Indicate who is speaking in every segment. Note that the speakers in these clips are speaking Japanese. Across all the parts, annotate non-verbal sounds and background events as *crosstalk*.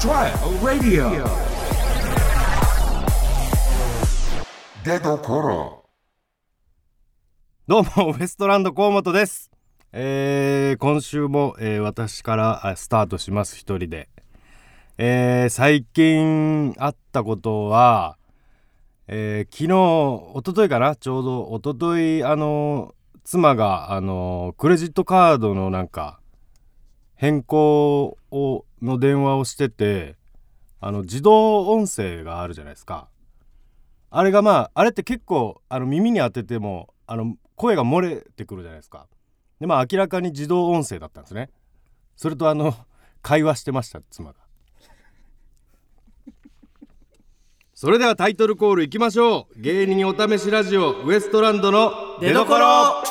Speaker 1: trial radio 出どころ
Speaker 2: どうもウエストランド河本です、えー今週も、えー私からあスタートします一人で、えー最近あったことは、えー昨日一昨日かなちょうど一昨日あの妻があのクレジットカードのなんか変更をの電話をしててあの自動音声があるじゃないですか。あれがまああれって結構あの耳に当ててもあの声が漏れてくるじゃないですかでまあ明らかに自動音声だったんですねそれとあの会話してました妻がそれではタイトルコールいきましょう芸人お試しラジオウエストランドの出所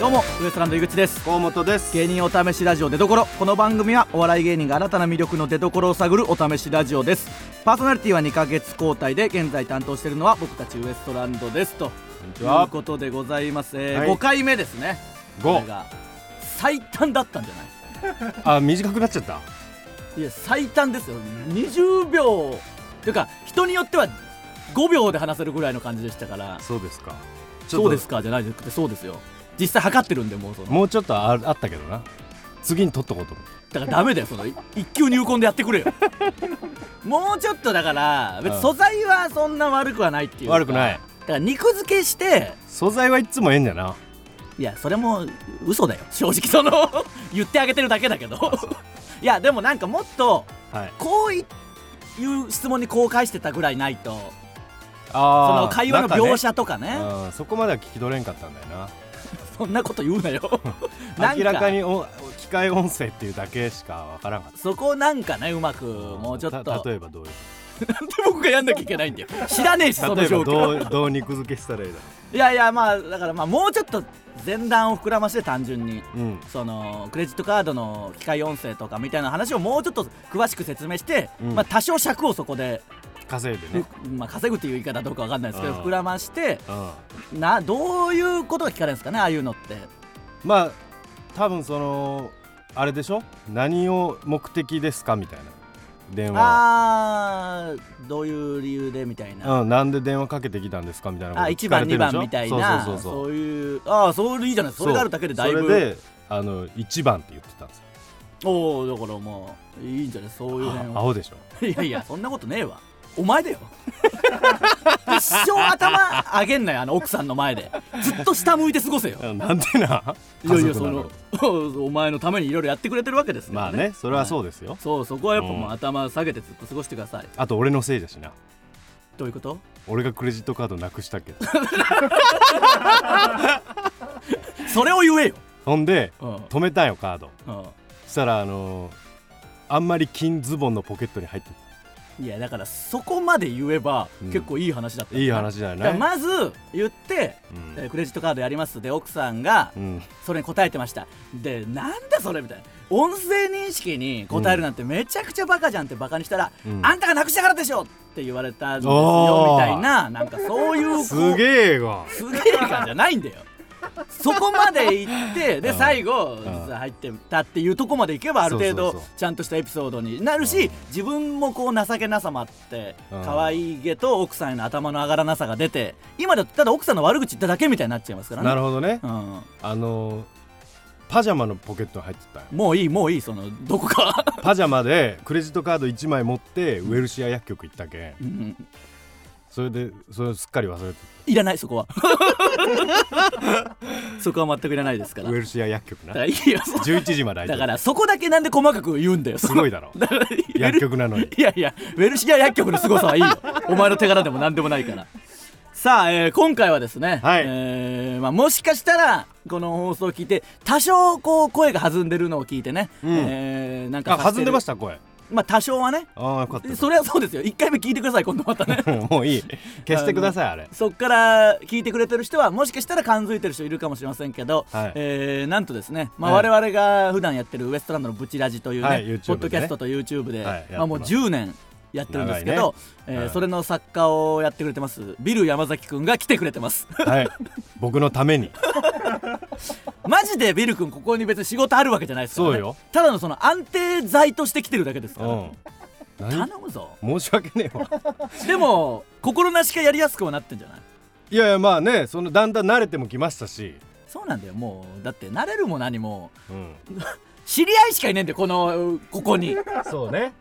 Speaker 3: どうもウエストランド井口です
Speaker 2: 河本です
Speaker 3: 芸人お試しラジオ出どころこの番組はお笑い芸人が新たな魅力の出どころを探るお試しラジオですパーソナリティは2ヶ月交代で現在担当しているのは僕たちウエストランドですと
Speaker 2: ち
Speaker 3: と
Speaker 2: は
Speaker 3: いうことでございます、えー
Speaker 2: はい
Speaker 3: 5回目ですねこれ
Speaker 2: 5
Speaker 3: が最短だったんじゃない
Speaker 2: あ短くなっちゃった
Speaker 3: いや最短ですよ20秒というか人によっては5秒で話せるぐらいの感じでしたから
Speaker 2: そうですか
Speaker 3: そうですかじゃないくてそうですよ実際測ってるんでもうその
Speaker 2: もうちょっとああったけどな次に取っとこうと思って
Speaker 3: だからダメだよそのい一級入魂でやってく
Speaker 2: *laughs*
Speaker 3: れよもうちょっとだから別に素材はそんな悪くはないっていうか
Speaker 2: 悪くない
Speaker 3: だから肉付けして
Speaker 2: 素材はいつもええんだよない
Speaker 3: やそれも嘘だよ正直その *laughs* 言ってあげてるだけだけど
Speaker 2: *laughs*
Speaker 3: いやでもなんかもっと
Speaker 2: はい
Speaker 3: こういいう質問にこう返してたぐらいないとそ
Speaker 2: あー
Speaker 3: の会話の
Speaker 2: なんかね
Speaker 3: 描写とかね
Speaker 2: うんそこまでは聞き取れんかったんだよな
Speaker 3: そんなこと言うな
Speaker 2: *laughs*
Speaker 3: よなん
Speaker 2: 明らかにお機械音声っていうだけしかわからんかっ
Speaker 3: そこなんかねうまく
Speaker 2: た
Speaker 3: もうちょっと
Speaker 2: た
Speaker 3: なんで
Speaker 2: 例えばどういう
Speaker 3: 僕がやんなきゃいけないんだよ知らねえしその
Speaker 2: 例え
Speaker 3: 状
Speaker 2: ば
Speaker 3: 況
Speaker 2: どうどう肉付けしたらいいだろ
Speaker 3: いやいやまあだからまあもうちょっと前段を膨らまして単純に
Speaker 2: う、うん、
Speaker 3: そのクレジットカードの機械音声とかみたいな話をもうちょっと詳しく説明して、
Speaker 2: うん
Speaker 3: まあ多少尺をそこで、
Speaker 2: 稼いでね、
Speaker 3: ふまあ、稼ぐっていう言い方どうかわかんないですけど
Speaker 2: あー
Speaker 3: 膨らまして
Speaker 2: うん、
Speaker 3: などういうことが聞かれるんですかねああいうのって
Speaker 2: まあ多分そのあれでしょ何を目的ですかみたいな電話
Speaker 3: あーどういう理由でみたいな、
Speaker 2: うん、なんで電話かけてきたんですかみたいなこと
Speaker 3: あ1番
Speaker 2: 聞
Speaker 3: 2
Speaker 2: かれ
Speaker 3: 番
Speaker 2: てるでしょ
Speaker 3: みたいな
Speaker 2: そうそうそうそう
Speaker 3: いうああそれいいじゃないそれがあるだけでだいぶ
Speaker 2: そうそれであの1番って言ってたんですよ
Speaker 3: おおだからもういいんじゃないそういう辺
Speaker 2: あ
Speaker 3: は
Speaker 2: 青でしょ
Speaker 3: いやいや、そんなことねえわ。お前だよ。一生頭上げんなよ、あの奥さんの前で。ずっと下向いて過ごせよ。
Speaker 2: うんなんでな
Speaker 3: いやい
Speaker 2: 家
Speaker 3: や、
Speaker 2: 族
Speaker 3: そ
Speaker 2: な
Speaker 3: の、お前のた *laughs* めにいろいろやってくれてるわけですから
Speaker 2: まあねそれはそうですよ、
Speaker 3: そう、そこはやっぱも
Speaker 2: う
Speaker 3: うん頭下げてずっと過ごしてください。
Speaker 2: あと俺のせいだしな
Speaker 3: どういうこと
Speaker 2: 俺がクレジットカードなくしたけど
Speaker 3: それを言えよ。
Speaker 2: ほんで
Speaker 3: うん。
Speaker 2: 止めたんよカード
Speaker 3: う
Speaker 2: そしたらあのーあんまり金ズボンのポケットに入って
Speaker 3: ん。いや、だからそこまで言えば、
Speaker 2: うん
Speaker 3: 結構いい話だった。
Speaker 2: いい。話じ
Speaker 3: だ
Speaker 2: ゃ
Speaker 3: か
Speaker 2: な
Speaker 3: ら
Speaker 2: い、
Speaker 3: まず言って、
Speaker 2: うん
Speaker 3: えークレジットカードやりますで奥さんが
Speaker 2: うん、
Speaker 3: それに答えてましたでなんだそれみたいな音声認識に答えるなんてめちゃくちゃバカじゃんってバカにしたら、
Speaker 2: うん
Speaker 3: あんたがなくしたからでしょって言われたんですよ
Speaker 2: おー
Speaker 3: みたいななんかそういうこう
Speaker 2: すげえわ
Speaker 3: すげえ感じゃないんだよそこまで行ってで
Speaker 2: うん
Speaker 3: 最後
Speaker 2: ん
Speaker 3: 実は入ってたっていうとこまで行けばある程
Speaker 2: そう
Speaker 3: 度
Speaker 2: そうそう
Speaker 3: ちゃんとしたエピソードになるし
Speaker 2: うん
Speaker 3: 自分もこう情けなさもあって
Speaker 2: うん
Speaker 3: 可愛げと奥さんへの頭の上がらなさが出て今だとただ奥さんの悪口言っただけみたいになっちゃいますからね
Speaker 2: なるほどね、
Speaker 3: うん
Speaker 2: あのーパジャマのポケットに入ってたよ
Speaker 3: もういいもういいそのどこか *laughs*
Speaker 2: パジャマでクレジットカード1枚持ってウエルシア薬局行ったけ
Speaker 3: う
Speaker 2: ん
Speaker 3: ん
Speaker 2: それでそれをすっかり忘れて
Speaker 3: いらないそこは
Speaker 2: *laughs*
Speaker 3: そこは全くいらないですから
Speaker 2: ウ
Speaker 3: だ
Speaker 2: エルシア薬局
Speaker 3: から
Speaker 2: ない
Speaker 3: いよそ
Speaker 2: 11時まで開いて
Speaker 3: だ
Speaker 2: る
Speaker 3: からそこだけなんで細かく言うんだよ
Speaker 2: すごいだろ
Speaker 3: だから
Speaker 2: 薬局なのに
Speaker 3: いやいやウェルシア薬局の凄さはいいよお前の手柄でも何でもないからさあ、えー今回はですね、
Speaker 2: はい
Speaker 3: えーまあ、もしかしたらこの放送を聞いて多少こう声が弾んでるのを聞いてね、
Speaker 2: うん
Speaker 3: えーなんか
Speaker 2: あ弾んでましたた声
Speaker 3: まあ多少はね
Speaker 2: ああよかった
Speaker 3: それはそうですよ1回目聞いてください今度またね
Speaker 2: もういい消してくださいあれ
Speaker 3: そっから聞いてくれてる人はもしかしたら感づいてる人いるかもしれませんけど、
Speaker 2: はい
Speaker 3: えーなんとですね、まあ、
Speaker 2: はい
Speaker 3: 我々が普段やってるウエストランドのブチラジというね、
Speaker 2: はい YouTube でね
Speaker 3: ポッドキャストと YouTube で、
Speaker 2: はいやってます
Speaker 3: まあ、もう10年やってるんですけど、えー
Speaker 2: はい
Speaker 3: それの作家をやってくれてますビル山崎くんが来てくれてます *laughs*
Speaker 2: はい僕のために
Speaker 3: マジでビルくんここに別に仕事あるわけじゃないですから、ね、
Speaker 2: そうよ
Speaker 3: ただのその安定剤として来てるだけです
Speaker 2: う
Speaker 3: から、
Speaker 2: ん何
Speaker 3: 頼むぞ
Speaker 2: 申し訳ねえわ
Speaker 3: でも心なしかやりやすくはなってんじゃない
Speaker 2: いやいやまあねそのだんだん慣れてもきましたし、
Speaker 3: そうなんだよもうだって慣れるも何も
Speaker 2: うん、
Speaker 3: 知り合いしかいねえんだよこのここに
Speaker 2: そうね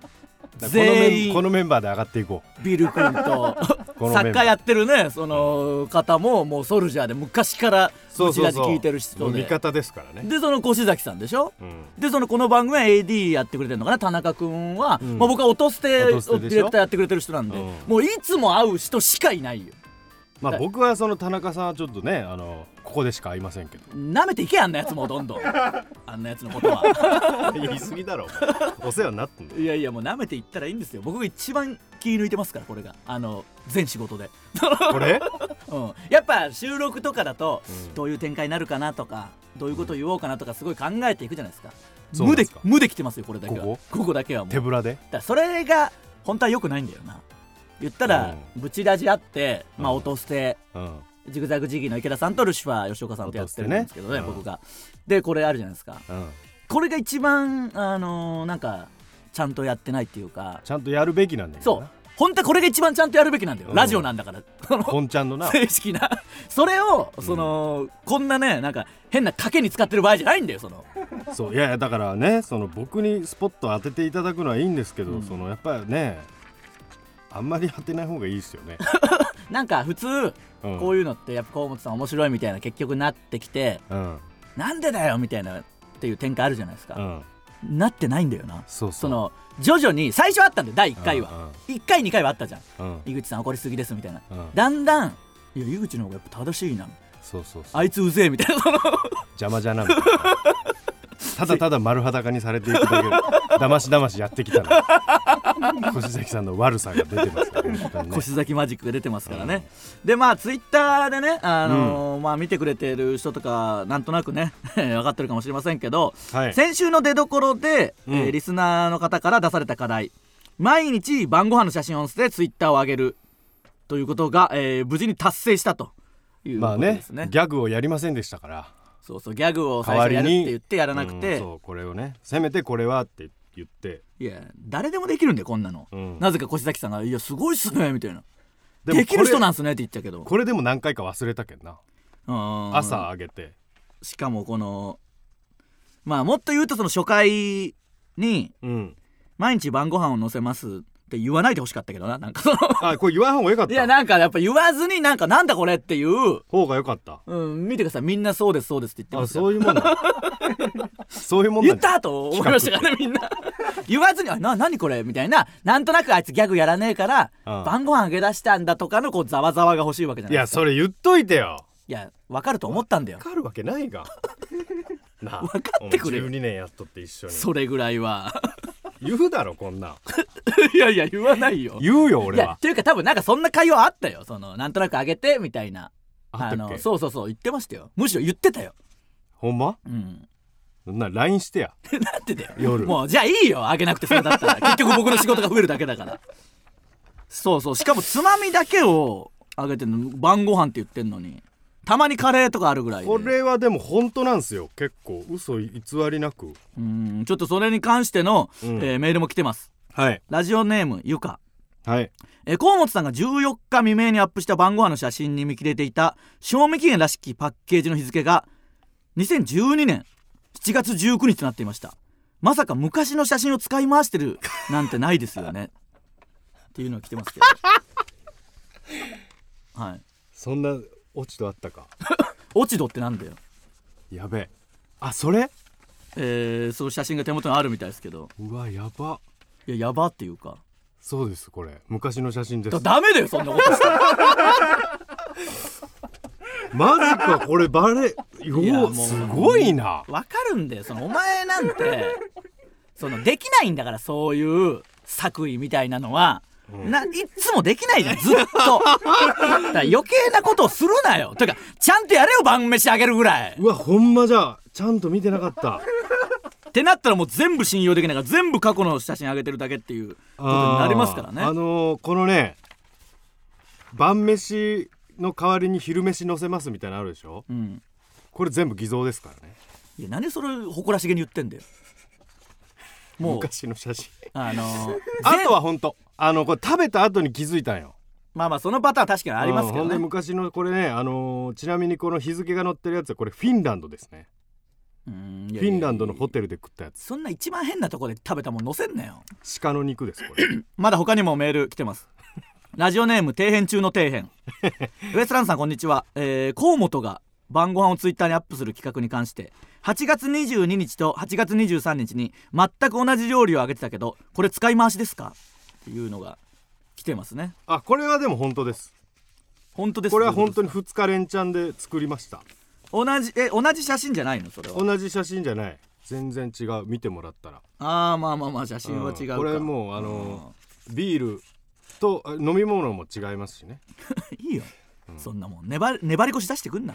Speaker 2: だからこの
Speaker 3: 全
Speaker 2: メ
Speaker 3: 員
Speaker 2: ンこのメンバーで上がってい *laughs* こ
Speaker 3: ビル君と
Speaker 2: このメンバー
Speaker 3: 作家やってるねその方ももうソルジャーで昔から
Speaker 2: う
Speaker 3: うちらじ聞いてる人
Speaker 2: もう
Speaker 3: で
Speaker 2: 味方ですからね、
Speaker 3: でその越崎さんでしょ
Speaker 2: うん、
Speaker 3: でそのこの番組は AD やってくれてるのかな田中君は、
Speaker 2: うん
Speaker 3: まあ、僕は音捨てをデ
Speaker 2: 音捨てでしょ
Speaker 3: ィレクターやってくれてる人なんで、
Speaker 2: うん
Speaker 3: もういつも会う人しかいないよ
Speaker 2: ま
Speaker 3: は
Speaker 2: あ
Speaker 3: い
Speaker 2: 僕はその田中さんはちょっとねあのここでしか会いません
Speaker 3: *laughs*
Speaker 2: けど
Speaker 3: なめていけあんなやつもうどんどんあんなやつのこと
Speaker 2: *laughs*
Speaker 3: は
Speaker 2: 言い過ぎだろお前お世話になってんだよ
Speaker 3: いやいやもうなめていったらいいんですよ僕が一番気抜いてますからこれがあの全仕事で
Speaker 2: これ
Speaker 3: うん、やっぱ収録とかだと、
Speaker 2: うん
Speaker 3: どういう展開になるかなとかどういうことを言おうかなとかすごい考えていくじゃないですか
Speaker 2: そうなんですか
Speaker 3: 無で無で来てますよこれだけは
Speaker 2: こ
Speaker 3: だけはもう
Speaker 2: 手
Speaker 3: だか
Speaker 2: ぶらで
Speaker 3: らそれが本当は良くないんだよな言ったら、ブチラジあって、まあ、
Speaker 2: うん
Speaker 3: 落として、
Speaker 2: うん
Speaker 3: ジグザグジギーの池田さんとルシファー吉岡さんとやってるん
Speaker 2: 音捨てね
Speaker 3: ですけどね
Speaker 2: うん
Speaker 3: 僕がでこれあるじゃないですか
Speaker 2: うん
Speaker 3: これが一番あのーなんかちゃんとやってないっていうか
Speaker 2: ちゃんとやるべきなんだけ
Speaker 3: そ
Speaker 2: ど
Speaker 3: う
Speaker 2: な
Speaker 3: 本当はこれが一番ちゃんとやるべきなんだよ、
Speaker 2: うん
Speaker 3: ラジオなんだからその
Speaker 2: こんちゃんのな
Speaker 3: 正式な *laughs* それをその、こんなねなんか変な賭けに使ってる場合じゃないんだよその
Speaker 2: そういやいやだからねその僕にスポット当てていただくのはいいんですけど、
Speaker 3: うん
Speaker 2: そのやっぱりねあんまり当てない方がいいですよね、
Speaker 3: なんか普通
Speaker 2: う
Speaker 3: *laughs*
Speaker 2: ん、
Speaker 3: こ
Speaker 2: いう
Speaker 3: いうのってやっぱ河本さん面白いみたいな結局なってきて
Speaker 2: う、うん
Speaker 3: なんでだよみたいなっていう展開あるじゃないです
Speaker 2: う
Speaker 3: か、
Speaker 2: ん、
Speaker 3: なってないんだよな
Speaker 2: そうそう
Speaker 3: その徐々に最初あったんだよ第1回は、
Speaker 2: は
Speaker 3: 1回2回はあったじゃん
Speaker 2: うんうん
Speaker 3: 井口さん怒りすぎですみたいな
Speaker 2: うん
Speaker 3: だんだんいや井口の方がやっぱ正しいな
Speaker 2: そうそうそう
Speaker 3: あいつうぜえみたいなその
Speaker 2: 邪魔じゃなみ
Speaker 3: *laughs*
Speaker 2: たいなただただ丸裸にされていくだけでだましだましやってきたら越崎さんの悪さが出てますか
Speaker 3: *laughs*
Speaker 2: らね本当にね
Speaker 3: 腰崎マジックが出てますからね、でまあツイッターでね、あのーまあ、見てくれてる人とかなんとなくね *laughs* 分かってるかもしれませんけど、
Speaker 2: はい
Speaker 3: 先週の出どころで、
Speaker 2: うん
Speaker 3: えーリスナーの方から出された課題毎日晩ご飯の写真を載せてツイッターを上げるということが、えー無事に達成したというこ
Speaker 2: まあ
Speaker 3: と
Speaker 2: ね
Speaker 3: ですね,、
Speaker 2: ギャグをやりませんでしたから
Speaker 3: そうそうギャグを最
Speaker 2: 代わ
Speaker 3: 初
Speaker 2: り
Speaker 3: やるって
Speaker 2: に
Speaker 3: 言ってやらなく
Speaker 2: うん
Speaker 3: て、
Speaker 2: そうこれをねせめてこれはって言って、
Speaker 3: いや誰でもできるんだよこんなの、
Speaker 2: うん
Speaker 3: なぜか越崎さんが「いやすごいっすね」みたいな「
Speaker 2: も
Speaker 3: できる人なん
Speaker 2: こ
Speaker 3: すね」って言ったけど
Speaker 2: れこれでも何回か忘れたけどな
Speaker 3: 朝
Speaker 2: 朝あげて
Speaker 3: しかもこのまあもっと言うとその初回に
Speaker 2: うん
Speaker 3: 毎日晩ご飯を載せますって言わないでほしかったけどななんか *laughs* その
Speaker 2: あこれ言わん方がよかっ
Speaker 3: いや
Speaker 2: た
Speaker 3: なんかやっぱ言わずになんかなんだこれっていう、
Speaker 2: 方がよかった
Speaker 3: うん、見てくださいみんなそうですそうですって言ってま
Speaker 2: あ
Speaker 3: すよ
Speaker 2: そういう
Speaker 3: *laughs*
Speaker 2: もんだそういうもん
Speaker 3: 言
Speaker 2: だ
Speaker 3: ったと思いましたからねみんな言わずに「あな何これ」みたいななんとなくあいつギャグやらねえから、
Speaker 2: うん
Speaker 3: 晩ご飯あげ出したんだとかのこうざわざわが欲しいわけじゃない
Speaker 2: いやそれ言っといてよ
Speaker 3: いや分かると思ったんだよ
Speaker 2: わかるわけな
Speaker 3: *laughs*
Speaker 2: いがなあ
Speaker 3: わかってくれよ
Speaker 2: お前12年やっとって一緒に
Speaker 3: それぐらいは *laughs*
Speaker 2: 言うだろこんなん
Speaker 3: いやいや言わないよ
Speaker 2: 言うよ
Speaker 3: い
Speaker 2: 俺
Speaker 3: や
Speaker 2: は
Speaker 3: というか多分なんかそんな会話あったよそのなんとなくあげてみたいな
Speaker 2: あったっ
Speaker 3: の
Speaker 2: け
Speaker 3: そうそうそう言ってましたよむしろ言ってたよ
Speaker 2: ほんま
Speaker 3: うん *laughs*
Speaker 2: な LINE してや
Speaker 3: なんてだよ
Speaker 2: 夜
Speaker 3: もうじゃあいいよあげなくてそれだったら
Speaker 2: *laughs*
Speaker 3: 結局僕の仕事が増えるだけだからそうそうしかもつまみだけをあげてんの晩ご飯って言ってんのにたまにカレーとかあるぐらいで
Speaker 2: これはでも本当なんすよ結構嘘偽りなく
Speaker 3: うんちょっとそれに関しての、
Speaker 2: うん
Speaker 3: えーメールも来てます
Speaker 2: はい
Speaker 3: ラジオネームゆか
Speaker 2: はい
Speaker 3: えー、河本さんが14日未明にアップした晩ご飯の写真に見切れていた賞味期限らしきパッケージの日付が2012年7月19日となっていましたまさか昔の写真を使い回してるなんてないですよねっていうのが来てますけどはい
Speaker 2: そんな落ち度あったか
Speaker 3: 落ち度ってなんだよ
Speaker 2: やべえあそれ
Speaker 3: えー、その写真が手元にあるみたいですけど
Speaker 2: うわやば
Speaker 3: いややばっていうか
Speaker 2: そうですこれ昔の写真です
Speaker 3: だダメだよそんなことしたら
Speaker 2: マジかこれバレよ
Speaker 3: いやもう
Speaker 2: うすごいな
Speaker 3: わかるんだよそのお前なん
Speaker 2: *laughs*
Speaker 3: てそのできないんだからそういう作為みたいなのは、ないっつもできないじゃんずっとだから余計なことをするなよてかちゃんとやれよ晩飯あげるぐらいう
Speaker 2: わほんまじゃちゃんと見てなかった
Speaker 3: っってなったらもう全部信用できないから全部過去の写真上げてるだけっていうことになりますからね
Speaker 2: あーあのーこのね晩飯の代わりに昼飯載せますみたいなのあるでしょ
Speaker 3: うん
Speaker 2: これ全部偽造ですからね
Speaker 3: いや何それ誇らしげに言ってんだよもう
Speaker 2: 昔の写
Speaker 3: *laughs*
Speaker 2: 真
Speaker 3: あの
Speaker 2: あとは本当あのこれ食べた後に気づいたんよ
Speaker 3: まあまあそのパターン確かにありますけ
Speaker 2: う
Speaker 3: ど
Speaker 2: んほんで
Speaker 3: ね
Speaker 2: 昔のこれね、あのーちなみにこの日付が載ってるやつはこれフィンランドですね
Speaker 3: うんいやいやいや
Speaker 2: フィンランドのホテルで食ったやつ
Speaker 3: そんな一番変なとこで食べたもん載せんなよ
Speaker 2: 鹿の肉ですこ
Speaker 3: *laughs*
Speaker 2: れ
Speaker 3: まだ他にもメール来てます。ラジオネーム底辺中の底
Speaker 2: *laughs*
Speaker 3: 辺。ウエストランドさんこんにちは。えー、河本が晩ご飯をツイッターにアップする企画に関して8月22日と8月23日に全く同じ料理をあげてたけどこれ使い回しですかっていうのが来てますね
Speaker 2: あこれはでも本当です
Speaker 3: 本当です
Speaker 2: これは本当
Speaker 3: に
Speaker 2: に2日連チャンで作りました
Speaker 3: 同じえ同じ写真じゃないのそれは
Speaker 2: 同じ写真じゃない全然違う見てもらったら
Speaker 3: ああまあまあまあ写真は違うか、
Speaker 2: んこれもうあのビールとあ飲み物も違いますしね
Speaker 3: うんいいよ、そんなもん粘り粘り腰出してくんな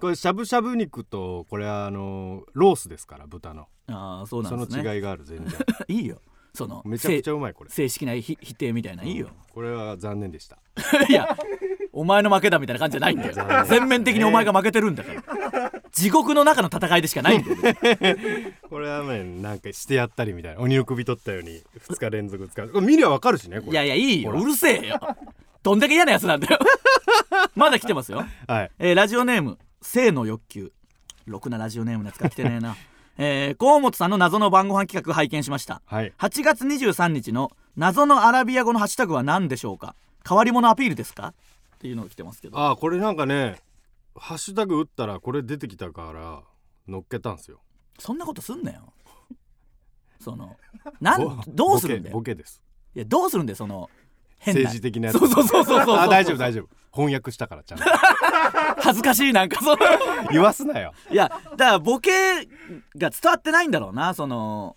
Speaker 2: これしゃぶしゃぶ肉とこれはあのロースですから豚の
Speaker 3: ああそうな
Speaker 2: そ
Speaker 3: ん
Speaker 2: の
Speaker 3: ですね
Speaker 2: 違いがある全然 *laughs*
Speaker 3: *laughs* いいよその
Speaker 2: めちゃくちゃうまいこれ
Speaker 3: 正式な
Speaker 2: *laughs*
Speaker 3: ひ否定みたいな、いいよ *laughs*
Speaker 2: これは残念でした
Speaker 3: いやお前の負けだみたいな感じじゃないんだ
Speaker 2: *laughs*
Speaker 3: よ全面的にお前が負けてるんだから地獄の中の戦いでしかないんだよ
Speaker 2: これはねなんかしてやったりみたいな鬼の首取ったように2日連続使うこれ見りゃわかるしねこれ
Speaker 3: いやいやいいよ
Speaker 2: ほら
Speaker 3: うるせえよどんだけ嫌なやつなんだよ *laughs* まだ来てますよ、
Speaker 2: はい
Speaker 3: えーラジオネーム性の欲求ろくなラジオネームのやつが来てねえな *laughs* えー河本さんの謎の晩ご飯企画拝見しました
Speaker 2: はい
Speaker 3: 8月23日の謎のアラビア語のハッシュタグは何でしょうか変わり者アピールですかっていうのが来てますけど
Speaker 2: ああこれなんかねハッシュタグ打ったらこれ出てきたから乗っけたんすよ
Speaker 3: そんなことすんなよ。そのなんどうするんだよ
Speaker 2: ボ。ケボケです
Speaker 3: いやどうするんだよその変な
Speaker 2: 政治的なやつ
Speaker 3: そうそうそうそうそうそう。
Speaker 2: あ大丈夫大丈夫翻訳したからちゃ
Speaker 3: *laughs*
Speaker 2: んと
Speaker 3: 恥ずかしいなんかその
Speaker 2: 言わすなよ
Speaker 3: いやだからボケが伝わってないんだろうなその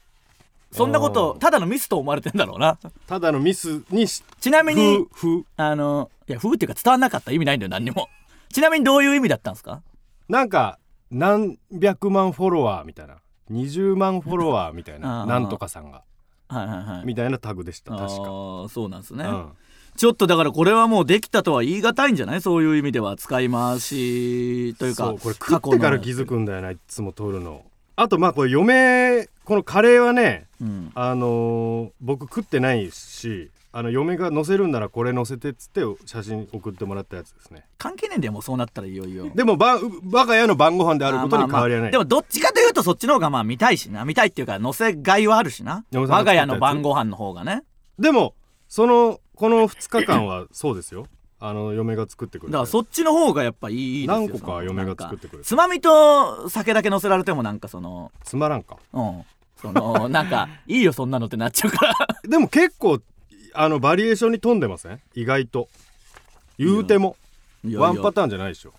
Speaker 3: そんなこと
Speaker 2: うん
Speaker 3: ただのミスと思われてんだろうな。
Speaker 2: ただのミスにし
Speaker 3: ちなみに
Speaker 2: ふふ
Speaker 3: あのいや風っていうか伝わんなかったら意味ないんだよ何にも。ちなみにどういう意味だったんですか。
Speaker 2: なんか何百万フォロワーみたいな20万フォロワーみたい
Speaker 3: あ
Speaker 2: な
Speaker 3: ー
Speaker 2: なんとかさんが
Speaker 3: はいはいはい。
Speaker 2: みたいなタグでした
Speaker 3: あ
Speaker 2: 確か、
Speaker 3: ーそうなんです
Speaker 2: う
Speaker 3: ね、
Speaker 2: ん、
Speaker 3: ちょっとだからこれはもうできたとは言い難いんじゃないそういう意味では使い回しというか
Speaker 2: そうこれ
Speaker 3: 過
Speaker 2: 食
Speaker 3: 去の
Speaker 2: ってから気づくんだよないつも取るのあとまあこれ嫁このカレーはね
Speaker 3: うん、
Speaker 2: あのー僕食ってないしあの嫁が載せるんならこれ載せてっつって写真送ってもらったやつですね
Speaker 3: 関係ねえんだよもうそうなったらいよいよ
Speaker 2: でもば我が家の晩ご飯であることに変わりはない、
Speaker 3: でもどっちかというとそっちの方がまあ見たいしな見たいっていうか載せがいはあるしな
Speaker 2: 嫁さ
Speaker 3: 我
Speaker 2: んが作った
Speaker 3: が
Speaker 2: や
Speaker 3: 家
Speaker 2: つ
Speaker 3: の晩ご飯の方がね
Speaker 2: でもそのこの2日間はそうですよあの嫁が作ってくれ
Speaker 3: だ
Speaker 2: て
Speaker 3: からそっちの方がやっぱいいいいですよ
Speaker 2: 何個か
Speaker 3: その
Speaker 2: 嫁が
Speaker 3: なんか
Speaker 2: 作ってくれる
Speaker 3: つまみと酒だけ載せられてもなんかその
Speaker 2: つまらんか
Speaker 3: うんその *laughs* なんかいいよそんなのってなっちゃう
Speaker 2: *laughs*
Speaker 3: から
Speaker 2: でも結構あのバリエーションに富んでません意外と言うても
Speaker 3: いやいや
Speaker 2: ワンパターンじゃないでしょ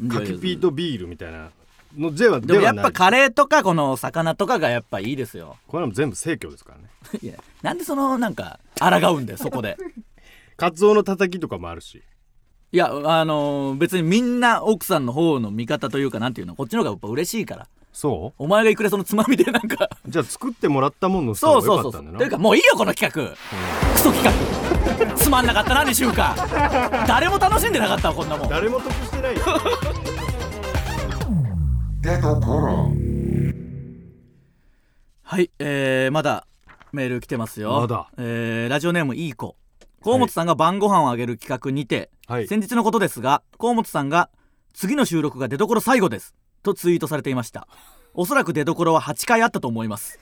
Speaker 3: いやいや
Speaker 2: カキピーとビールみたいなのでは
Speaker 3: で
Speaker 2: で
Speaker 3: も
Speaker 2: は
Speaker 3: やっ
Speaker 2: ない
Speaker 3: ぱカレーとかこの魚とかがやっぱいいですよ
Speaker 2: これはもう全部生協ですからね
Speaker 3: いやなんでそのなんか抗うんだよそこで
Speaker 2: カツオのたたきとかもあるし
Speaker 3: いやあのー別にみんな奥さんの方の味方というかなんていうのこっちの方がやっぱ嬉しいから
Speaker 2: そ
Speaker 3: お前がいくらそのつまみでなんか
Speaker 2: うじゃあ作ってもらったもの
Speaker 3: そ
Speaker 2: そう
Speaker 3: そ
Speaker 2: うそう
Speaker 3: そ
Speaker 2: うそうう
Speaker 3: そ
Speaker 2: そうう
Speaker 3: というかもういいよこの企画クソ企画つまんなかったな2週間誰も楽しんでなかったわこんなもん
Speaker 2: 誰も得してないよ *laughs*
Speaker 1: 出どころ
Speaker 3: はいえー、まだメール来てますよ
Speaker 2: まだ
Speaker 3: えー、ラジオネームいい子河本さんが晩ご飯をあげる企画にて、
Speaker 2: はい
Speaker 3: 先日のことですが河本さんが次の収録が出どころ最後ですとツイートされていましたおそらく出どころは8回あったと思います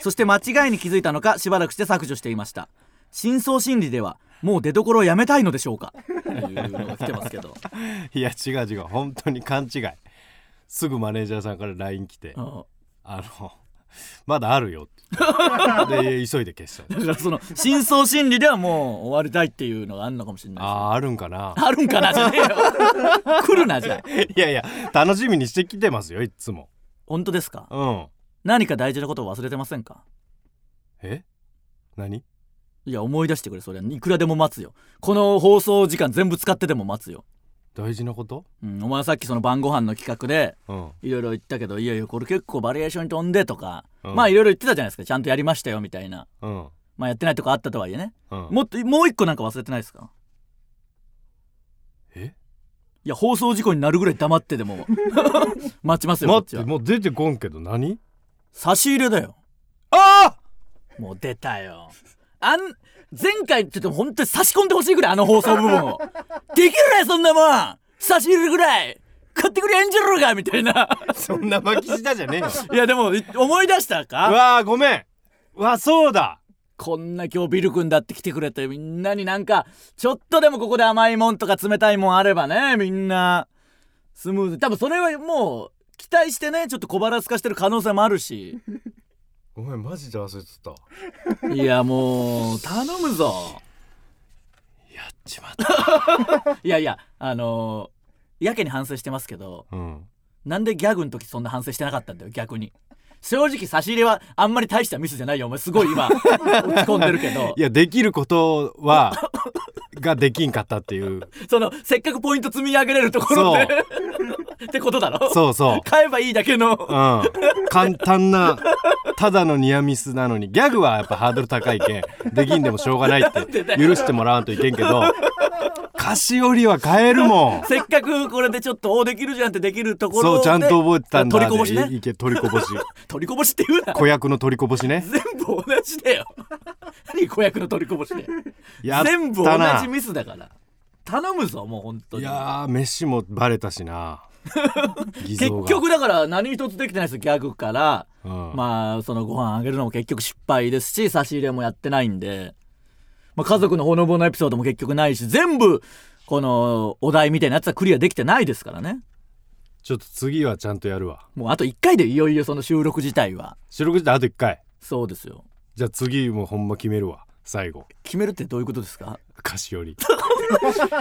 Speaker 3: そして間違いに気づいたのかしばらくして削除していました真相心理ではもう出どころをやめたいのでしょう
Speaker 2: *laughs*
Speaker 3: かというのが来てますけど
Speaker 2: いや違う違う本当に勘違いすぐマネージャーさんから LINE 来て
Speaker 3: うん
Speaker 2: あの *laughs* まだある *laughs* よってで急いで消した
Speaker 3: だからその真相心理ではもう終わりたいっていうのがあるのかもしれない
Speaker 2: あーあるんかな *laughs*
Speaker 3: あるんかなじゃねえよ来るなじゃあ
Speaker 2: いやいや楽しみにしてきてますよいつも
Speaker 3: 本当ですか
Speaker 2: うん
Speaker 3: 何か大事なことを忘れてませんか
Speaker 2: え何
Speaker 3: いや思い出してくれそれいくらでも待つよこの放送時間全部使ってでも待つよ
Speaker 2: 大事なこと
Speaker 3: うん、お前はさっきその晩ご飯の企画で
Speaker 2: うん
Speaker 3: いろいろ言ったけどいやいやこれ結構バリエーションに飛んでとか、
Speaker 2: うん
Speaker 3: まあいろいろ言ってたじゃないですかちゃんとやりましたよみたいな
Speaker 2: うん
Speaker 3: まあやってないとこあったとはいえね
Speaker 2: うん
Speaker 3: もっともう一個なんか忘れてないですか
Speaker 2: え
Speaker 3: いや放送事故になるぐらい黙ってで
Speaker 2: *laughs*
Speaker 3: も待ちますよこっち
Speaker 2: 待っ
Speaker 3: は
Speaker 2: てもう出てこんけど何
Speaker 3: 差し入れだよ
Speaker 2: あ
Speaker 3: もう出たよあん前回ちょっと本当に差し込んでほしいぐらいあの放送部分をできるねそんなもん差し入れぐらい買ってくれんじゃろうがみたいな
Speaker 2: あ *laughs* そんな巻き舌じゃねえよ
Speaker 3: いやでもい思い出したか
Speaker 2: うわーごめんうわそうだ
Speaker 3: こんな今日ビル君だって来てくれてみんなになんかちょっとでもここで甘いもんとか冷たいもんあればねみんなスムーズ多分それはもう期待してねちょっと小腹すかしてる可能性もあるし
Speaker 2: ごめんマジで忘れてたや
Speaker 3: いやもう頼むぞ
Speaker 2: っちまった
Speaker 3: いやいやあのーやけに反省してますけど
Speaker 2: うん
Speaker 3: なんでギャグの時そんな反省してなかったんだよ逆に正直差し入れはあんまり大したミスじゃないよお前すごい
Speaker 2: *laughs*
Speaker 3: 今落ち込んでるけど
Speaker 2: いやできることは *laughs* ができんかったっていう
Speaker 3: そのせっかくポイント積み上げれるところで *laughs* ってことだろ
Speaker 2: そうそう
Speaker 3: 買えばいいだけの
Speaker 2: うん、簡単なただのニアミスなのにギャグはやっぱハードル高いけんできんでもしょうがないって許してもらわんといけんけど菓子折りは買えるもん
Speaker 3: せっかくこれでちょっとおできるじゃんってできるところ
Speaker 2: そう
Speaker 3: で
Speaker 2: ちゃんと覚えてたんだ
Speaker 3: 取りこぼし
Speaker 2: でい
Speaker 3: ね
Speaker 2: いけ取りこぼし
Speaker 3: 取りこぼしって言うな
Speaker 2: 子役の取りこぼしね
Speaker 3: 全部同じだよ何子役の取りこぼしで
Speaker 2: やったな
Speaker 3: 全部同じミスだから頼むぞもう本当
Speaker 2: い
Speaker 3: に
Speaker 2: やー飯もバレたしな偽
Speaker 3: 結
Speaker 2: 造が、
Speaker 3: 局だから何一つできてないですよギャグから、
Speaker 2: うん
Speaker 3: まあそのご飯あげるのも結局失敗ですし差し入れもやってないんで、まあ、家族のほのぼのエピソードも結局ないし全部このお題みたいなやつはクリアできてないですからね
Speaker 2: ちょっと次はちゃんとやるわ
Speaker 3: もうあと1回でいよいよその収録自体は
Speaker 2: 収録時あと1回
Speaker 3: そうですよ
Speaker 2: じゃあ次もほんま決めるわ最後
Speaker 3: 決めるってどういうことです
Speaker 2: *laughs*
Speaker 3: か
Speaker 2: 菓
Speaker 3: *laughs*
Speaker 2: 子折り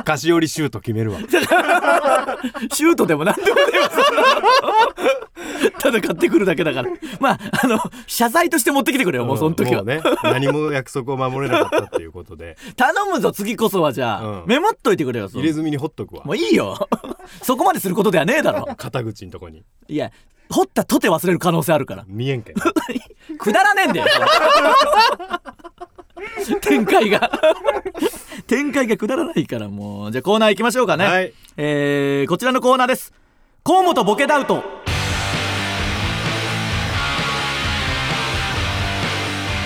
Speaker 2: 菓子折りシュート決めるわ
Speaker 3: シュートでも何でもねえよそんなのただ買ってくるだけだからまああの謝罪として持ってきてくれよもうその時は、
Speaker 2: もうね何も約束を守れなかったっていうことで
Speaker 3: 頼むぞ次こそはじゃあ、
Speaker 2: うん
Speaker 3: メモっといてくれよそ
Speaker 2: *laughs* 入
Speaker 3: の
Speaker 2: れ墨に掘っとくわ
Speaker 3: もういいよ *laughs* そこまですることではねえだろ
Speaker 2: 肩口のとこに
Speaker 3: いや掘ったとて忘れる可能性あるから
Speaker 2: 見えん *laughs* けん
Speaker 3: *laughs* くだらねえんだよそれ *laughs* 展開が展開がくだらないからもうじゃあコーナー行きましょうかね、
Speaker 2: はい
Speaker 3: えーこちらのコーナーです河本ボケダウト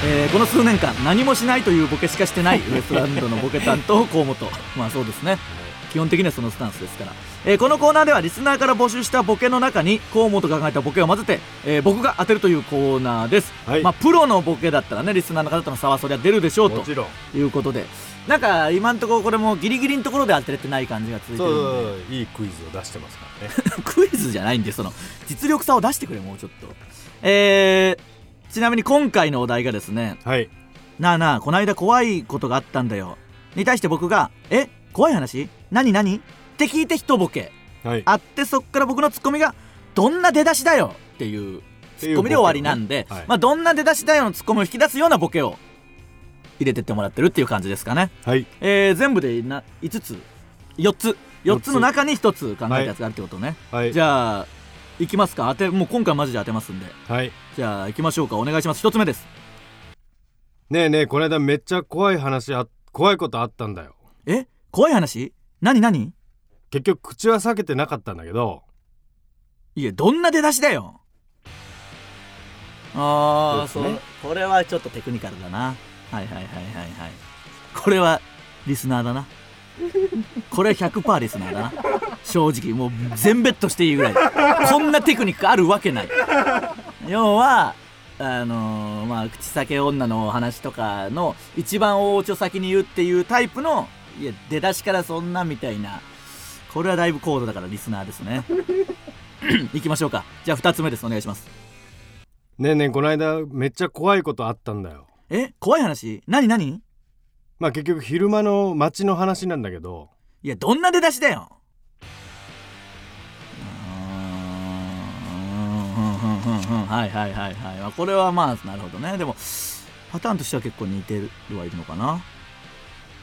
Speaker 3: えーこの数年間何もしないというボケしかしてないウエストランドのボケ担当河本まあそうですね基本的にはそのスタンスですから、えーこのコーナーではリスナーから募集したボケの中に河本が考えたボケを混ぜて、えー僕が当てるというコーナーです、
Speaker 2: はい
Speaker 3: まあプロのボケだったらねリスナーの方との差はそりゃ出るでしょう
Speaker 2: も
Speaker 3: と
Speaker 2: ちろん
Speaker 3: いうことでなんか今んところこれもギリギリのところで当てれてない感じが続いて
Speaker 2: そ
Speaker 3: る
Speaker 2: うん
Speaker 3: で
Speaker 2: そういいクイズを出してますからね
Speaker 3: *laughs* クイズじゃないんでその実力差を出してくれもうちょっとえー、ちなみに今回のお題がですね
Speaker 2: *laughs* はい
Speaker 3: 「なあなあこないだ怖いことがあったんだよ」に対して僕が「え怖い話何何?」って聞いて一ボケ
Speaker 2: はい
Speaker 3: あってそっから僕のツッコミが「どんな出だしだよ」っていうツッコミで終わりなんで、
Speaker 2: っていうボケをねはい
Speaker 3: まあ、どんな出だしだよのツッコミを引き出すようなボケを入れてってもらってるっていう感じですかね
Speaker 2: はい
Speaker 3: えー全部でな5つ4つ4つの中に1つ考えたやつがあるってことね、
Speaker 2: はい
Speaker 3: じゃあ行きますか当てもう今回マジで当てますんで
Speaker 2: はい
Speaker 3: じゃあ行きましょうかお願いします1つ目です
Speaker 2: ねえねえこの間めっちゃ怖い話あ怖いことあったんだよ
Speaker 3: え怖い話何何
Speaker 2: 結局口は避けてなかったんだけど
Speaker 3: いやどんな出だしだよああそ,、
Speaker 2: そううですね
Speaker 3: これはちょっとテクニカルだなはいはいはいはいはいこれはリスナーだ
Speaker 2: *laughs*
Speaker 3: なこれは100%リスナーだな正直もう全ベッドしていいぐらいこんなテクニックあるわけない要はあのーまあ口裂け女のお話とかの一番大おちょ先に言うっていうタイプのいや出だしからそんなみたいなこれはだいぶ高度だからリスナーですね行きましょうかじゃあ2つ目ですお願いします
Speaker 2: ねえねえこの間めっちゃ怖いことあったんだよ
Speaker 3: え怖い話何何
Speaker 2: まあ結局昼間の街の話なんだけど
Speaker 3: いやどんな出だしだようーんふんふんふんふんはいはいはいはいまあこれはまあなるほどねでもパターンとしては結構似てるはいるのかな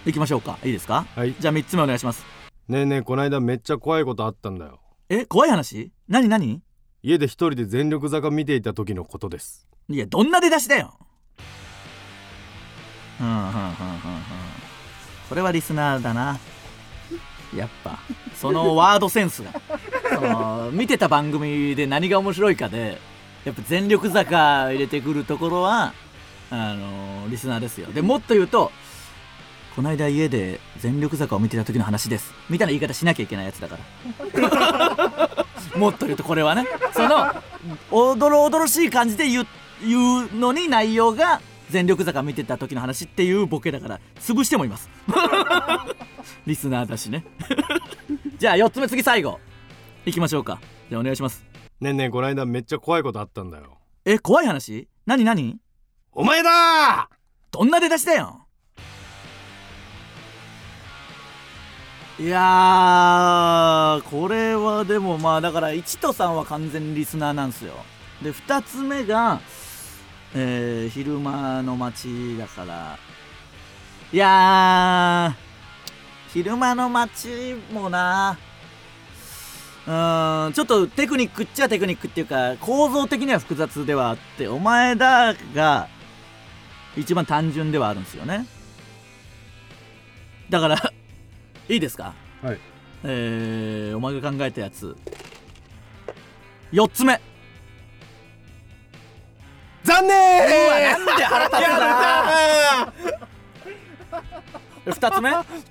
Speaker 3: 行きましょうかいいですか
Speaker 2: はい
Speaker 3: じゃあ3つ目お願いします
Speaker 2: ねねえねえこないだめっちゃ怖いことあったんだよ
Speaker 3: え怖い話何何
Speaker 2: 家で一人で全力坂見ていた時のことです
Speaker 3: いやどんな出だしだようんうんうんうんうんこれはリスナーだなやっぱそのワードセンスがその見てた番組で何が面白いかでやっぱ全力坂入れてくるところはあのリスナーですよでもっと言うとこないだ家で全力坂を見てた時の話ですみたいな言い方しなきゃいけないやつだからもっと言うとこれはねそのおどろおどろしい感じで言う言うのに内容が全力坂見てた時の話っていうボケだから潰してもいます *laughs* リスナーだしね *laughs* じゃあ4つ目次最後いきましょうかじゃあお願いします
Speaker 2: ねえねえこないだめっちゃ怖いことあったんだよ
Speaker 3: え怖い話何何
Speaker 2: お前だ
Speaker 3: どんな出だしだよいやーこれはでもまあだから1と3は完全にリスナーなんですよで2つ目が、えー昼間の街だからいやー昼間の街もなうーんちょっとテクニックっちゃテクニックっていうか構造的には複雑ではあってお前だが一番単純ではあるんですよねだから *laughs* いいですか
Speaker 2: はい
Speaker 3: えー、お前が考えたやつ4つ目
Speaker 2: 残
Speaker 3: う
Speaker 2: 念
Speaker 3: わなんで腹立つな2つ目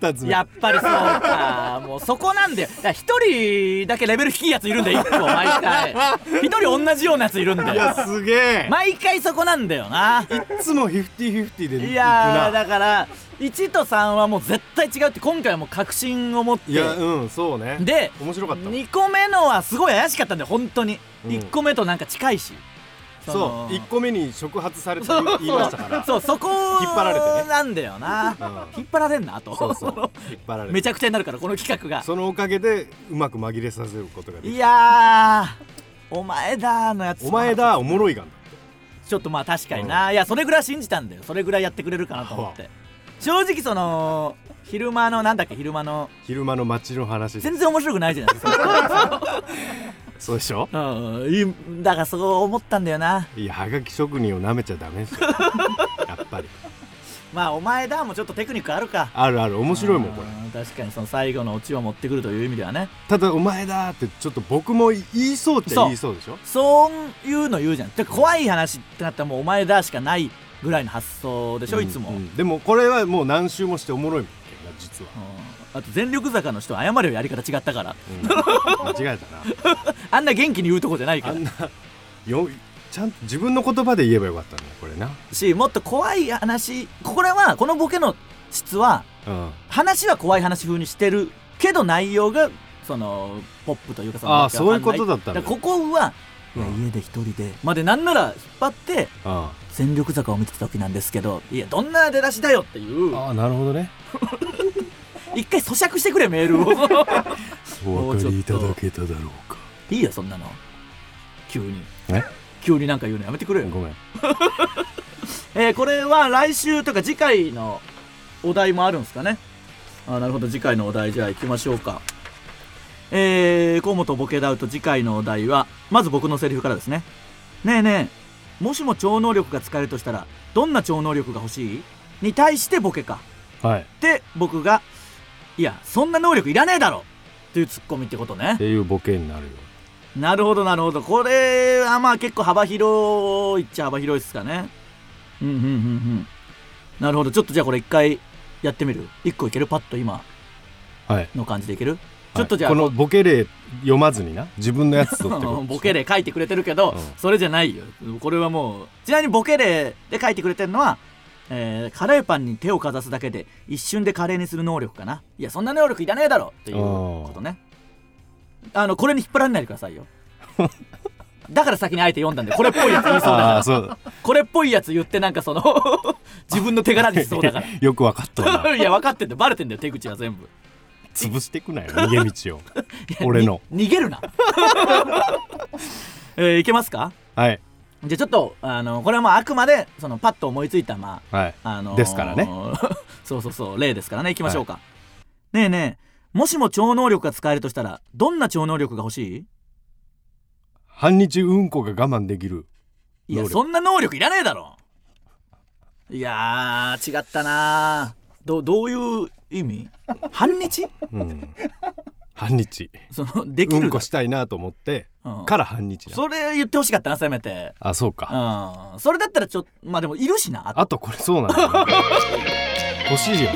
Speaker 2: 二つ目
Speaker 3: やっぱりそうかもうそこなんだよだから1人だけレベル低いやついるんだよ1個毎回1人同じようなやついるんだ
Speaker 2: いや
Speaker 3: よ
Speaker 2: すげえ
Speaker 3: 毎回そこなんだよない
Speaker 2: つもフィフティフィフティで行くない
Speaker 3: やーだから1と3はもう絶対違うって今回はもう確信を持って
Speaker 2: いやうんそうね
Speaker 3: で
Speaker 2: 面白かったもん
Speaker 3: 2個目のはすごい怪しかったんだよ本当に、
Speaker 2: うん
Speaker 3: 1個目となんか近いし
Speaker 2: そ
Speaker 3: の
Speaker 2: う一個目に触発されて言い言いましたから
Speaker 3: *laughs* そうそこ
Speaker 2: 引っ張られてね
Speaker 3: なんだよな、
Speaker 2: うん
Speaker 3: 引っ張られんなあと
Speaker 2: そうそう引っ張られ
Speaker 3: めち
Speaker 2: て
Speaker 3: ゃくちゃになるからこの企画が
Speaker 2: そのおかげでうまく紛れさせることができ
Speaker 3: い
Speaker 2: た
Speaker 3: やーお前だーのやつ
Speaker 2: お前だおもろいがんだ
Speaker 3: ちょっとまあ確かにな、いやそれぐらい信じたんだよそれぐらいやってくれるかなと思って正直その昼間のなんだっけ昼間の
Speaker 2: 昼間の街の話
Speaker 3: 全然面白くないじゃないですか
Speaker 2: *laughs* そうでしょ
Speaker 3: うんうんいだからそう思ったんだよない
Speaker 2: やはがき職人をなめちゃダメですよやっぱり
Speaker 3: まあお前だもちょっとテクニックあるか
Speaker 2: あるある面白いもんこれ
Speaker 3: うん確かにその最後のオチを持ってくるという意味ではね
Speaker 2: ただ「お前だ」ってちょっと僕も言いそうっちゃ言いそうでしょ
Speaker 3: そういうの言うじゃんてか怖い話ってなったらもうお前だしかないぐらいの発想でしょ、いつも、
Speaker 2: うんう
Speaker 3: うん
Speaker 2: んでもこれはもう何周もしておもろいもんけどな実は、
Speaker 3: あと全力坂の人は謝れよやり方違ったから *laughs*
Speaker 2: うん間違えたな
Speaker 3: あんな元気に言うとこじゃないか
Speaker 2: あ
Speaker 3: ら
Speaker 2: んなよちゃんと自分の言葉で言えばよかったんだこれな
Speaker 3: しもっと怖い話これはこのボケの質は
Speaker 2: うん
Speaker 3: 話は怖い話風にしてるけど内容がそのポップというかその
Speaker 2: あーそういうことだったんだ
Speaker 3: からここは、
Speaker 2: うん
Speaker 3: いや家で一人でまでなんなら引っ張って
Speaker 2: あ
Speaker 3: 全力坂を見てた時なんですけどいやどんな出だしだよっていう
Speaker 2: あなるほどね
Speaker 3: 一回咀嚼してくれメール
Speaker 2: *laughs*
Speaker 3: を
Speaker 2: お
Speaker 3: 分かりいただ
Speaker 2: けただろうか
Speaker 3: いいよそんなの急に
Speaker 2: え
Speaker 3: 急になんか言うのやめてくれよ、
Speaker 2: ごめん
Speaker 3: えーこれは来週とか次回のお題もあるんですかねあーなるほど次回のお題じゃあ行きましょうかえー、河本ボケダウト次回のお題はまず僕のセリフからですねねえねえもしも超能力が使えるとしたらどんな超能力が欲しいに対してボケか
Speaker 2: はいっ
Speaker 3: って僕がいやそんな能力いらねえだろというツッコミってことね
Speaker 2: ていうボケになるよ
Speaker 3: なるほどなるほどこれはまあ結構幅広いっちゃ幅広いっすかねうんうんうんうんなるほどちょっとじゃあこれ一回やってみる一個いけるパッと今
Speaker 2: はい
Speaker 3: の感じでいけるちょっとじゃあ、
Speaker 2: はいこのボケ例読まずにな自分のやつ取って *laughs*
Speaker 3: う
Speaker 2: こ
Speaker 3: んボケ例書いてくれてるけど、
Speaker 2: うん
Speaker 3: それじゃないよこれはもうちなみにボケ例で書いてくれてるのは、えーカレーパンに手をかざすだけで一瞬でカレーにする能力かないやそんな能力いらねえだろっていうことねあのこれに引っ張られないでくださ
Speaker 2: *laughs*
Speaker 3: いよだから先にあえて読んだんでこれっぽいやつ *laughs* 言いそうだ
Speaker 2: あ
Speaker 3: か
Speaker 2: あ
Speaker 3: ら
Speaker 2: そう
Speaker 3: これっぽいやつ言ってなんかその *laughs* 自分の手柄にしそうだか
Speaker 2: *laughs* よくわかったな
Speaker 3: ら *laughs* いや分かってんだよバレてんだよ手口は全部
Speaker 2: 潰してくなよ逃げ
Speaker 3: *laughs*
Speaker 2: 道を俺の
Speaker 3: に逃げるな *laughs* えーいけますか
Speaker 2: はい
Speaker 3: じゃあちょっとあのこれはまああくまでそのパッと思いついたま
Speaker 2: はい
Speaker 3: ああのー *laughs*
Speaker 2: ですからね
Speaker 3: そうそうそう例ですからねいきましょうか、ねえねえもしも超能力が使えるとしたらどんな超能力が欲し
Speaker 2: 半日うんこが我慢できる
Speaker 3: いい
Speaker 2: 能
Speaker 3: や
Speaker 2: 力
Speaker 3: そんな能力いらねえだろいやー違ったなーどどういう意味半
Speaker 2: *laughs*
Speaker 3: 日
Speaker 2: 半日
Speaker 3: そのでき
Speaker 2: う
Speaker 3: る
Speaker 2: んこしたいなと思って
Speaker 3: うん
Speaker 2: から半日な
Speaker 3: それ言ってほしかったなせめて
Speaker 2: あそうか
Speaker 3: うんそれだったらちょっとまあでもいるしな
Speaker 2: あとこれそうなん
Speaker 3: *laughs*
Speaker 2: だよね欲しいよ、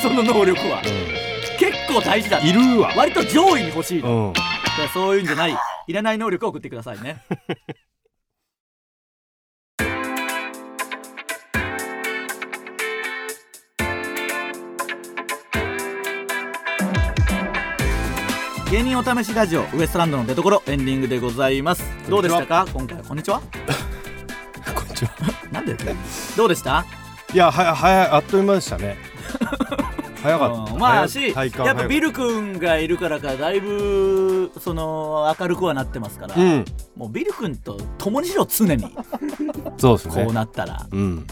Speaker 3: その能力は結構大事だ
Speaker 2: いるわ
Speaker 3: 割と上位に欲しい、
Speaker 2: うん
Speaker 3: そういうんじゃないいらない能力を送ってくださいね芸人お試しラジオウエストランドの出所エンディングでございますどうでしたか今回はこんにちは
Speaker 2: こんにちは
Speaker 3: なんでどうでした
Speaker 2: いやはやはやあっという間でし
Speaker 3: *laughs*
Speaker 2: たね早かった、
Speaker 3: うんま
Speaker 2: 早
Speaker 3: あ
Speaker 2: い
Speaker 3: し
Speaker 2: 体感
Speaker 3: やっぱビ
Speaker 2: ル
Speaker 3: ル君がいるからかだいぶその明るくはなってますから、
Speaker 2: うん
Speaker 3: もうビル君と共にしろ常に
Speaker 2: そうです
Speaker 3: こう
Speaker 2: ね
Speaker 3: なったら、
Speaker 2: うん
Speaker 3: うん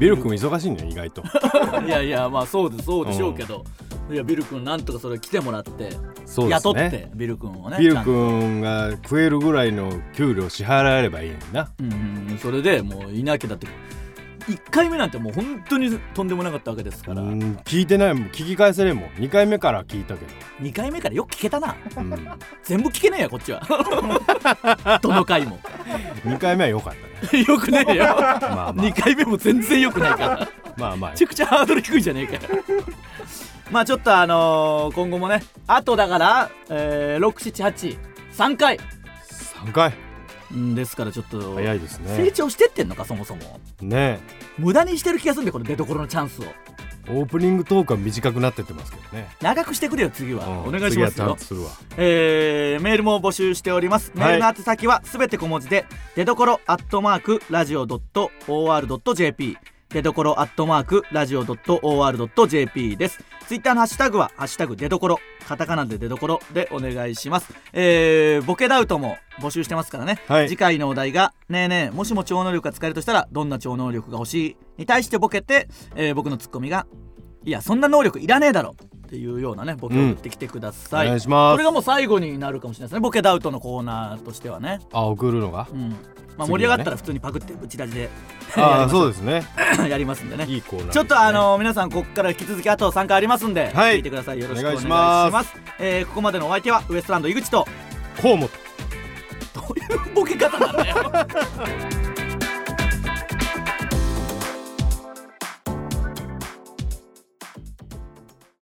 Speaker 2: ビル君忙しいんだよ意外と
Speaker 3: *laughs* いやいやまあそうでそうでしょうけど、いやビル君なんとかそれ来てもらって、
Speaker 2: そうです
Speaker 3: 雇っ
Speaker 2: ね
Speaker 3: てビル君をね
Speaker 2: ビル
Speaker 3: ちゃんと
Speaker 2: 君が食えるぐらいの給料支払えればいいのにな
Speaker 3: うんうんそれでもういなきゃだって1回目なんてもう本当にとんでもなかったわけです
Speaker 2: う
Speaker 3: から、
Speaker 2: ん聞いてないもん聞き返せねえもん2回目から聞いたけ
Speaker 3: 2回目からよく聞けたな
Speaker 2: ど、うん、
Speaker 3: 全部聞けねえやこっちは *laughs* どの回も
Speaker 2: 2回目は良かったね
Speaker 3: よくねえよ
Speaker 2: *laughs* まあま
Speaker 3: 2回目も全然よくないから
Speaker 2: あまあまあ
Speaker 3: めちゃくちゃハードル低いじゃねえかよまあちょっとあのー今後もねあとだから、えー、6783回
Speaker 2: 3回
Speaker 3: うんですからちょっと
Speaker 2: 早いです
Speaker 3: 成
Speaker 2: ね
Speaker 3: 長してってんのかそもそも
Speaker 2: ね
Speaker 3: 無駄にしてる気がするんでこの出所のチャンスを
Speaker 2: えオープニングトークは短くなってってますけどね、
Speaker 3: 長くしてくれよ次は、
Speaker 2: うん
Speaker 3: お願いします
Speaker 2: 次はちゃん
Speaker 3: よ
Speaker 2: とするわ
Speaker 3: えーメールも募集しております、
Speaker 2: は
Speaker 3: メー
Speaker 2: い
Speaker 3: ルの宛先はすべて小文字で出どころアットマークラジオ .or.jp 出どころアットマークラジオ .or.jp ですツイッターのハッシュタグは「ハッシュタグ出どころ」カタカナで出どころでお願いしますえーボケダウトも募集してますからね、
Speaker 2: はい
Speaker 3: 次回のお題が「ねえねえもしも超能力が使えるとしたらどんな超能力が欲しい?」に対してボケて、えー僕のツッコミが「いやそんな能力いらねえだろ」っていうようなねボケを送ってきてください、
Speaker 2: お願いしま
Speaker 3: こ
Speaker 2: す
Speaker 3: れがもう最後になるかもしれないですねボケダウトのコーナーとしてはね、
Speaker 2: あ送るのが
Speaker 3: うんまあ、
Speaker 2: 次はね
Speaker 3: 盛り上がったら普通にパクってぶち出しで *coughs*
Speaker 2: ああそうですね
Speaker 3: やりますんでね
Speaker 2: いいコーナーですね、
Speaker 3: ちょっとあの皆さんここから引き続きあと3回ありますんで、
Speaker 2: はい
Speaker 3: 聞いてくださいよろしくお願
Speaker 2: お願
Speaker 3: い
Speaker 2: い
Speaker 3: し
Speaker 2: し
Speaker 3: ま
Speaker 2: ますす
Speaker 3: えーここまでのお相手はウエストランド井口と
Speaker 2: 河本
Speaker 3: どういうボケ方なんだよ